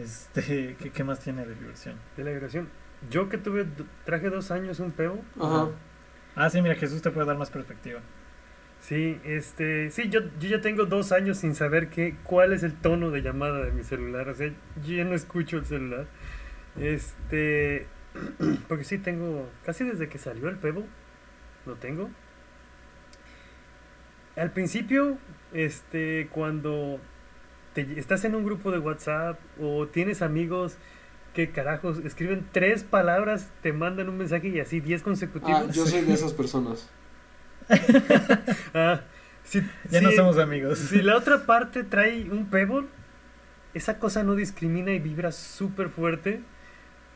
S1: Este, ¿qué, qué más tiene de diversión?
S3: De la vibración. Yo que tuve, traje dos años un peo.
S2: Ajá.
S1: Ah, sí, mira, Jesús te puede dar más perspectiva.
S3: Sí, este, sí, yo, yo ya tengo dos años sin saber qué, cuál es el tono de llamada de mi celular. O sea, yo ya no escucho el celular. Este, porque sí tengo, casi desde que salió el pebo, lo tengo. Al principio, este, cuando te- estás en un grupo de WhatsApp o tienes amigos que carajos escriben tres palabras, te mandan un mensaje y así diez consecutivos.
S2: Ah, yo soy de esas personas.
S3: Ah, sí,
S1: Ya no
S3: sí,
S1: somos amigos.
S3: Si la otra parte trae un pebble, esa cosa no discrimina y vibra súper fuerte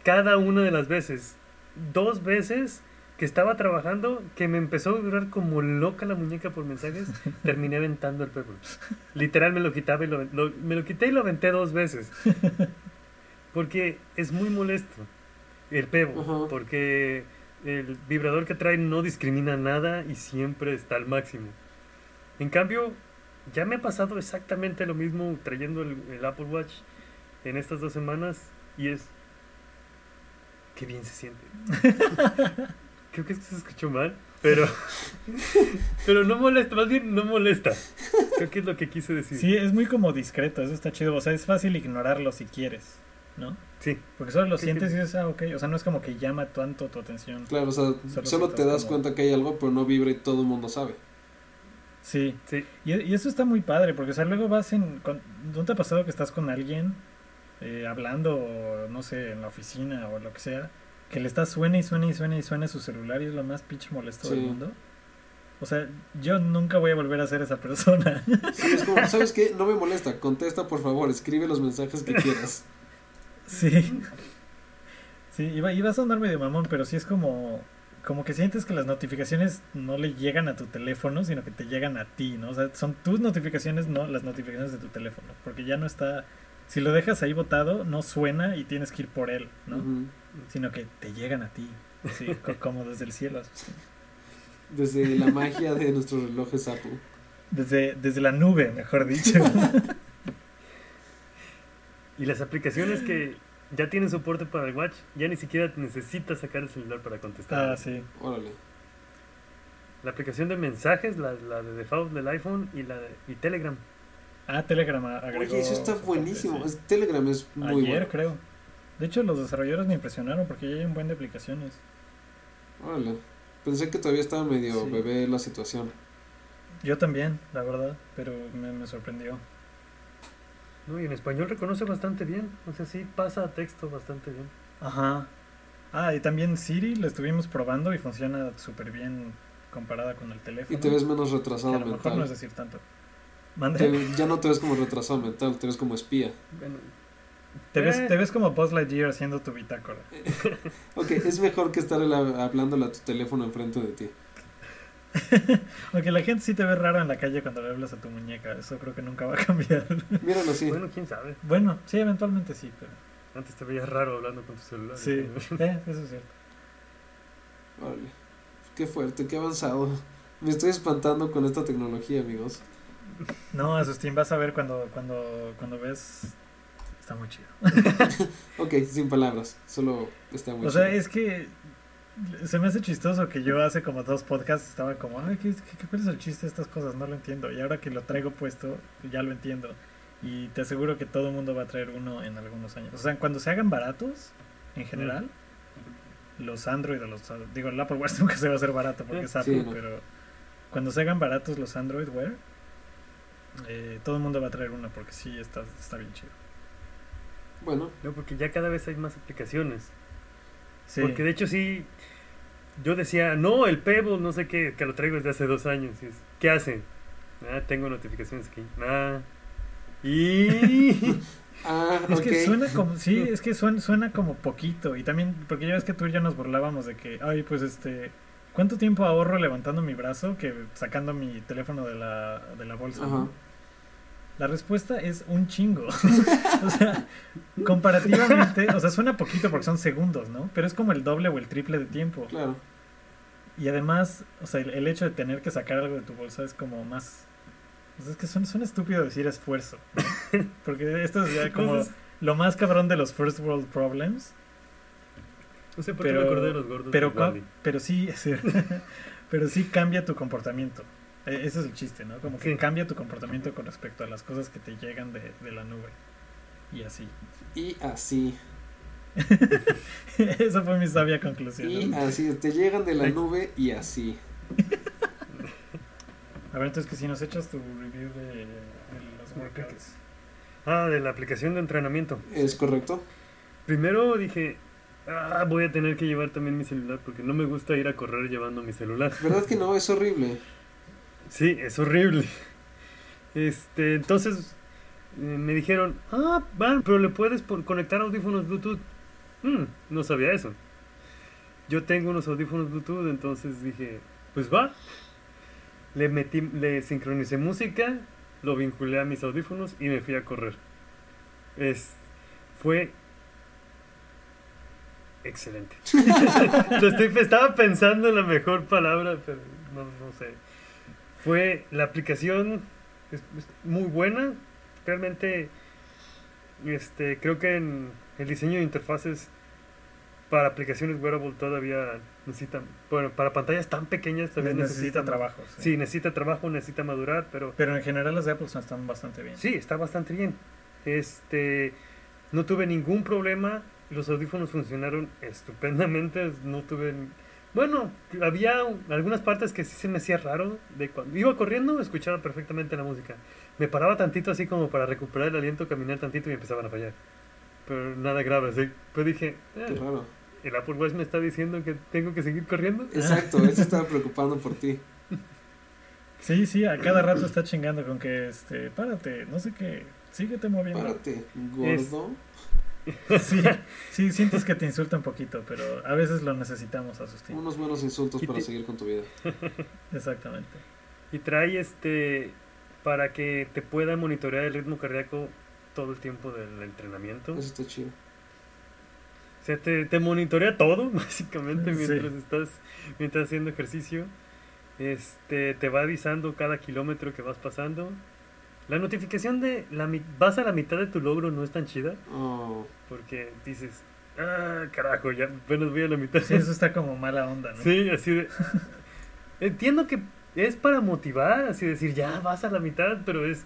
S3: cada una de las veces. Dos veces que estaba trabajando, que me empezó a vibrar como loca la muñeca por mensajes, terminé aventando el pebble. Literal me lo quitaba y lo, lo- me lo quité y lo aventé dos veces. Porque es muy molesto el pebble,
S2: Ujú.
S3: porque el vibrador que trae no discrimina nada y siempre está al máximo. En cambio, ya me ha pasado exactamente lo mismo trayendo el, el Apple Watch en estas dos semanas y es... Qué bien se siente. Creo que esto se escuchó mal, pero... pero no molesta, más bien no molesta. Creo que es lo que quise decir.
S1: Sí, es muy como discreto, eso está chido. O sea, es fácil ignorarlo si quieres, ¿no?
S3: Sí.
S1: Porque solo lo
S3: Sí,
S1: sientes
S3: sí.
S1: y dices, ah, ok. O sea, no es como que llama tanto tu atención.
S2: Claro, o sea,
S1: Solo
S2: solo,
S1: sientas
S2: te das
S1: como-
S2: cuenta que hay algo, pero no vibra y todo el mundo sabe.
S1: Sí.
S3: Sí.
S1: Y, y eso está muy padre, porque, o sea, luego vas en... con- ¿No te ha pasado que estás con alguien eh, hablando, o, no sé, en la oficina o lo que sea, que le estás suena y suena y suena y suena su celular y es lo más pinche molesto del
S2: Sí.
S1: mundo? O sea, yo nunca voy a volver a ser esa persona.
S2: Es como, ¿sabes qué? No me molesta. Contesta, por favor. Escribe los mensajes que quieras.
S1: Sí. Sí, iba, iba a sonar medio mamón, pero sí es como, como que sientes que las notificaciones no le llegan a tu teléfono, sino que te llegan a ti, ¿no? O sea, son tus notificaciones, no las notificaciones de tu teléfono, porque ya no está, si lo dejas ahí botado, no suena y tienes que ir por él, ¿no?
S2: Ujú.
S1: Sino que te llegan a ti, sí, co- como desde el cielo.
S2: Desde la magia de nuestros relojes Apple.
S1: Desde, desde la nube, mejor dicho.
S3: Y las aplicaciones que ya tienen soporte para el watch, ya ni siquiera necesitas sacar el celular para contestar.
S1: Ah, sí.
S2: Órale.
S3: La aplicación de mensajes, la, la de default del iPhone y la de, y Telegram.
S1: Ah, Telegram a- agregó.
S2: Oye, eso está
S1: soporte,
S2: buenísimo.
S1: sí.
S2: Es- Telegram es muy
S1: Ayer,
S2: bueno.
S1: creo. De hecho, los desarrolladores me impresionaron porque ya hay un buen de aplicaciones.
S2: Órale. Pensé que todavía estaba medio
S1: Sí.
S2: bebé la situación.
S1: Yo también, la verdad, pero me, me sorprendió.
S3: ¿no? Y en español reconoce bastante bien. O sea, sí pasa a texto bastante bien.
S1: Ajá. Ah, y también Siri la estuvimos probando y funciona súper bien comparada con el
S2: Y
S1: teléfono.
S2: te ves menos
S1: que a
S2: retrasado
S1: lo mejor no es
S2: mental.
S1: decir tanto. Mande.
S2: Te- ya no te ves como retrasado mental, te ves como espía.
S3: Bueno,
S1: Te ves,
S3: Eh.
S1: te ves como Buzz Lightyear haciendo tu bitácora.
S2: Ok, es mejor que estar habl- hablándole a tu teléfono enfrente de ti.
S1: Aunque la gente sí te ve raro en la calle cuando le hablas a tu muñeca. Eso creo que nunca va a cambiar.
S2: Míralo así.
S3: bueno, quién sabe.
S1: Bueno, sí, eventualmente sí, pero...
S3: Antes te veías raro hablando con tu celular.
S1: Sí, eh, eso es cierto.
S2: Órale. Qué fuerte, qué avanzado. Me estoy espantando con esta tecnología, amigos.
S1: No, Asustín, vas a ver cuando, cuando, cuando ves... Está muy chido.
S2: Ok, sin palabras, solo está muy
S1: O sea,
S2: chido.
S1: es que se me hace chistoso que yo hace como dos podcasts estaba como, ay, ¿qué, qué, qué- cuál es el chiste de estas cosas? No lo entiendo. Y ahora que lo traigo puesto, ya lo entiendo. Y te aseguro que todo el mundo va a traer uno en algunos años. O sea, cuando se hagan baratos,
S2: Mm.
S1: en general, los Android o los... Digo, el Apple Watch nunca se va a hacer barato porque es
S2: Sí,
S1: Apple,
S2: no.
S1: pero cuando se hagan baratos los Android Wear, eh, todo el mundo va a traer uno porque sí, está, está bien chido.
S2: Bueno,
S3: No, porque ya cada vez hay más aplicaciones.
S1: Sí.
S3: Porque de hecho sí, yo decía, no, el Pebble, no sé qué, que lo traigo desde hace dos años. y es, ¿Qué hace? Ah, tengo notificaciones aquí. Ah. Y...
S2: ah,
S1: Es
S2: ok.
S1: que suena como, sí, es que suena, suena como poquito. Y también, porque ya ves que tú y yo nos burlábamos de que, ay, pues este, ¿cuánto tiempo ahorro levantando mi brazo que sacando mi teléfono de la, de la bolsa?
S2: Ajá.
S1: La respuesta es un chingo. o sea, comparativamente, o sea, suena poquito porque son segundos, ¿no? Pero es como el doble o el triple de tiempo.
S2: Claro.
S1: Y además, o sea, el, el hecho de tener que sacar algo de tu bolsa es como más... o sea, es que suena, suena estúpido decir esfuerzo. ¿no? Porque esto es ya como
S3: Entonces-
S1: lo más cabrón de los First World Problems.
S3: No sé por qué me
S1: Pero-
S3: acordé de los gordos.
S1: Pero,
S3: de
S1: cua-
S3: Wall-E.
S1: pero sí, sí, pero sí cambia tu comportamiento. E- Ese es el chiste, ¿no? Como que
S3: Sí.
S1: cambia tu comportamiento con respecto a las cosas que te llegan de, de la nube. Y así.
S2: Y así.
S1: Esa fue mi sabia conclusión. ¿no?
S2: Y así. Te llegan de la
S3: Ay.
S2: nube y así.
S1: A ver, entonces que si nos echas tu review de, de los workouts.
S3: Ah, de la aplicación de entrenamiento.
S2: ¿Es correcto?
S3: Primero dije, ah, voy a tener que llevar también mi celular porque no me gusta ir a correr llevando mi celular.
S2: ¿Verdad que no? Es horrible.
S3: Sí, es horrible. Este, entonces eh, me dijeron, ah, van, pero le puedes pon- conectar audífonos Bluetooth. Mm, no sabía eso. Yo tengo unos audífonos Bluetooth, entonces dije, pues va. Le metí, le sincronicé música, lo vinculé a mis audífonos y me fui a correr. Es, fue excelente. Lo estoy- estaba pensando en la mejor palabra, pero no, no sé. Fue la aplicación es, es muy buena. Realmente, este, creo que en el diseño de interfaces para aplicaciones wearable todavía necesitan, bueno, para pantallas tan pequeñas
S1: Ne-
S3: todavía
S1: necesita
S3: necesitan
S1: trabajo.
S3: Sí, necesita trabajo, necesita madurar, pero
S1: Pero en general las de Apple están bastante bien.
S3: sí, está bastante bien. Este, no tuve ningún problema, los audífonos funcionaron estupendamente, no tuve... ni- Bueno, había un- algunas partes que sí se me hacía raro, de cuando iba corriendo escuchaba perfectamente la música. Me paraba tantito así como para recuperar el aliento, caminar tantito y empezaban a fallar. Pero nada grave, así. Pero dije, "Eh,
S2: Qué raro.
S3: el Apple Watch me está diciendo que tengo que seguir corriendo.
S2: Exacto, él se estaba preocupando por ti.
S1: Sí, sí, a cada rato está chingando con que, este, párate, no sé qué, síguete moviendo.
S2: Párate, gordo.
S1: Sí, sí, sientes que te insulta un poquito, pero a veces lo necesitamos, Asustín.
S2: Unos buenos insultos
S3: Y
S2: para
S3: te-
S2: seguir con tu vida.
S1: Exactamente.
S3: Y trae este para que te pueda monitorear el ritmo cardíaco todo el tiempo del entrenamiento.
S2: Eso está chido.
S3: O sea, te, te monitorea todo, básicamente,
S1: Sí.
S3: mientras estás mientras haciendo ejercicio. Este, te va avisando cada kilómetro que vas pasando. La notificación de la, mi- vas a la mitad de tu logro no es tan chida,
S2: Oh,
S3: porque dices, ah, carajo, ya apenas voy a la mitad.
S1: Sí, eso está como mala onda, ¿no?
S3: Sí, así de. Entiendo que es para motivar, así decir, ya vas a la mitad, pero es.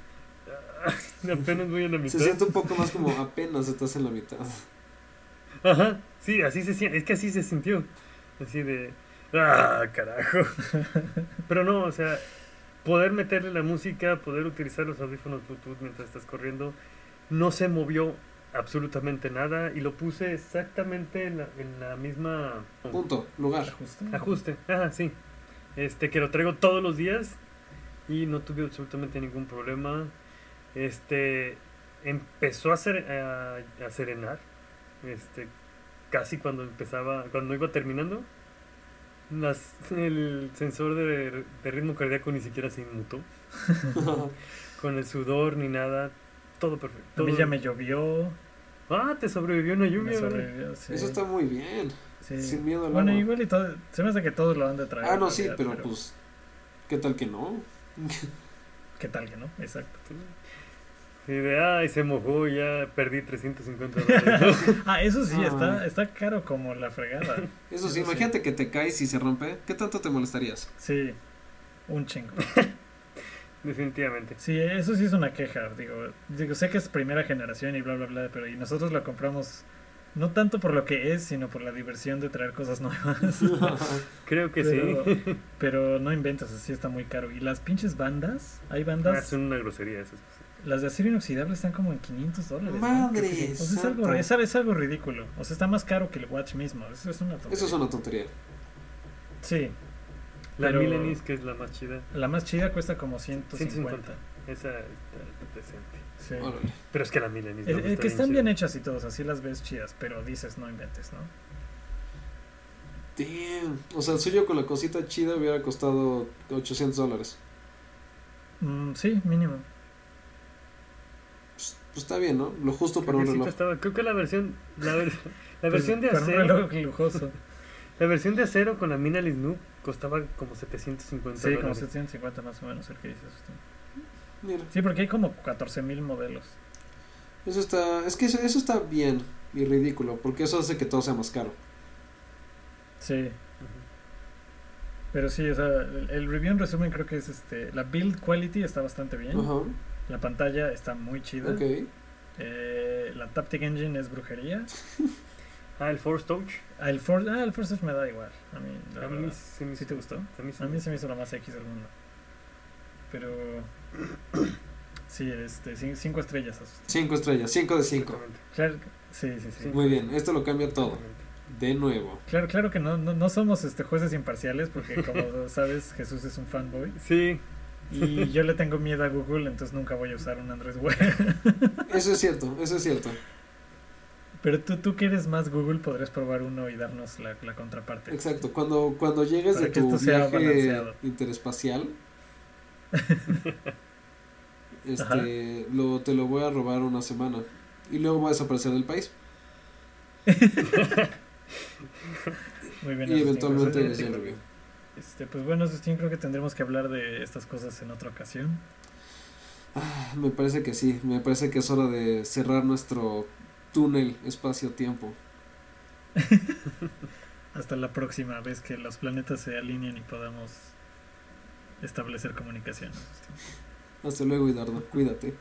S3: apenas voy a la mitad.
S2: Se siente un poco más como apenas estás en la mitad.
S3: Ajá, sí, así se siente. Es que así se sintió. Así de. ¡Ah, carajo! Pero no, o sea, poder meterle la música, poder utilizar los audífonos Bluetooth mientras estás corriendo, no se movió absolutamente nada y lo puse exactamente en la, en la misma
S2: Punto, lugar.
S1: Ajuste.
S3: ajuste. Ajá, sí. Este, que lo traigo todos los días y no tuve absolutamente ningún problema. Este, empezó a, ser, a, a serenar. Este, casi cuando empezaba, cuando iba terminando. Las, el sensor de, de ritmo cardíaco ni siquiera se inmutó. Con el sudor ni nada. Todo perfecto.
S1: A mí
S3: todo-
S1: ya me llovió.
S3: Ah, te sobrevivió una
S1: me
S3: lluvia, ¿verdad?
S1: sobrevivió, sí.
S2: Eso está muy bien.
S1: Sí.
S2: Sin miedo al
S1: Bueno,
S2: agua.
S1: igual y todo, se me hace que todos lo han de traer.
S2: Ah,
S1: en
S2: no, sí,
S1: realidad,
S2: pero pues, ¿qué tal que no?
S1: ¿Qué tal que no? Exacto.
S3: Sí, de, ay, se mojó, ya perdí 350 dólares.
S1: Ah, eso sí,
S2: Ah.
S1: está, está caro como la fregada.
S2: Eso sí,
S1: Eso sí.
S2: imagínate que te caes y se rompe. ¿Qué tanto te molestarías?
S1: Sí, un chingo.
S3: Definitivamente.
S1: Sí, eso sí es una queja. Digo, digo, sé que es primera generación y bla, bla, bla, pero y nosotros la compramos no tanto por lo que es, sino por la diversión de traer cosas nuevas.
S3: Creo que
S1: pero,
S3: sí.
S1: pero no inventas, así está muy caro. Y las pinches bandas, hay
S3: Ah,
S1: bandas,
S3: son una grosería esas cosas.
S1: las de acero inoxidable están como en 500 dólares. ¿no?
S2: Madre
S1: O sea, es algo,
S2: santa.
S1: es, es algo ridículo. O sea, está más caro que el Watch mismo. Eso es una tontería.
S2: Eso es una tontería.
S1: Sí,
S3: La
S1: Pero-
S3: Milanese, que es la más chida,
S1: la más chida cuesta como 150.
S3: esa está decente.
S1: Sí.
S2: Órale.
S3: Pero es que la Milanese.
S1: El-
S3: luego
S1: el
S3: pues está
S1: que están
S3: chida.
S1: bien hechas y todos, así las ves chidas, pero dices no inventes, ¿no?
S2: Damn. O sea, el suyo con la cosita chida hubiera costado 800 dólares.
S1: Mm, sí, mínimo.
S2: Pues, pues está bien, ¿no? Lo justo para
S3: Creo
S2: un
S3: que sí
S2: reloj.
S3: costaba- creo que la versión. La, ver- la versión de
S1: Pues, con un
S3: acero.
S1: reloj lujoso.
S3: La versión de acero con la Mineless Noob costaba como 750
S1: sí, como
S3: dólares.
S1: 750 más o menos el que dices usted.
S2: Mira,
S1: Sí, porque hay como 14.000 modelos.
S2: eso está. Es que eso, eso está bien y ridículo, porque eso hace que todo sea más caro.
S1: Sí,
S3: Ujú.
S1: pero sí, o sea, el, el review en resumen creo que es este, la build quality está bastante bien,
S2: Ajá.
S1: la pantalla está muy ¿Eh? chida,
S2: Ok.
S1: eh, la Taptic Engine es brujería,
S3: Ah, el Force Touch.
S1: ah, el Force, ah, el Force Touch me da igual, a mí, la
S3: A mí
S1: verdad.
S3: se me
S1: ¿Sí te gustó?
S3: A mí se
S1: A
S3: me-
S1: mí se me hizo la más X del mundo. Pero. Sí, este, cin- cinco estrellas. Asus.
S2: Cinco estrellas, cinco de cinco.
S3: Exactamente,
S1: Claro, sí, sí, sí.
S3: Sí.
S2: Muy bien, esto lo cambia todo.
S3: exactamente.
S2: De nuevo.
S1: Claro, claro que no, no, no somos este, jueces imparciales, porque como sabes, Jesús es un fanboy.
S3: Sí,
S1: Y yo le tengo miedo a Google, entonces nunca voy a usar un Android web.
S2: Eso es cierto, eso es cierto.
S1: Pero tú, tú que eres más Google, podrías probar uno y darnos la, la contraparte.
S2: Exacto. Cuando, cuando llegues
S1: Para
S2: de
S1: que
S2: tu
S1: esto sea
S2: viaje
S1: balanceado.
S2: interespacial,
S1: Ajá.
S2: este, lo, te lo voy a robar una semana. Y luego va a desaparecer del país.
S1: Muy bien.
S2: Y
S1: Asustín,
S2: eventualmente
S1: pues,
S2: les den review.
S1: este, pues bueno, Asustín, creo que tendremos que hablar de estas cosas en otra ocasión.
S2: Ah, Me parece que sí, me parece que es hora de cerrar nuestro túnel espacio-tiempo.
S1: Hasta la próxima vez que los planetas se alineen y podamos establecer comunicación. Agustín.
S2: Hasta luego, Hidardo, cuídate.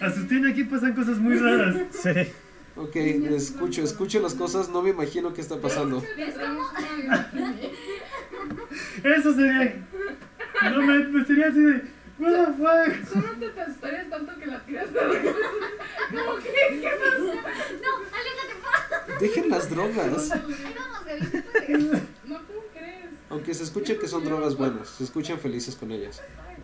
S3: Asustín, aquí pasan cosas muy raras.
S1: Sí,
S2: Ok, escucho, escucho las cosas, no me imagino qué está pasando.
S3: Eso sería. No me, me sería así de. What the fuck?
S4: Solo te trastornes tanto que la tiras para atrás. ¿Cómo que? ¿Qué pasó?
S5: No, aléjate,
S2: Dejen las drogas.
S5: ahí vamos, Gaby, siéntate.
S4: No, ¿cómo crees?
S2: Aunque se escuche que son drogas buenas, se escuchan felices con ellas.
S4: Ay.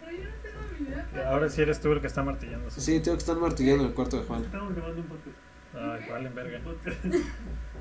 S4: Pero yo no tengo habilidad para.
S1: ahora sí eres tú el que está martillando.
S2: Sí, tengo que estar martillando en el cuarto de Juan.
S3: Estamos grabando un podcast.
S1: Ay, valen verga.
S3: podcast.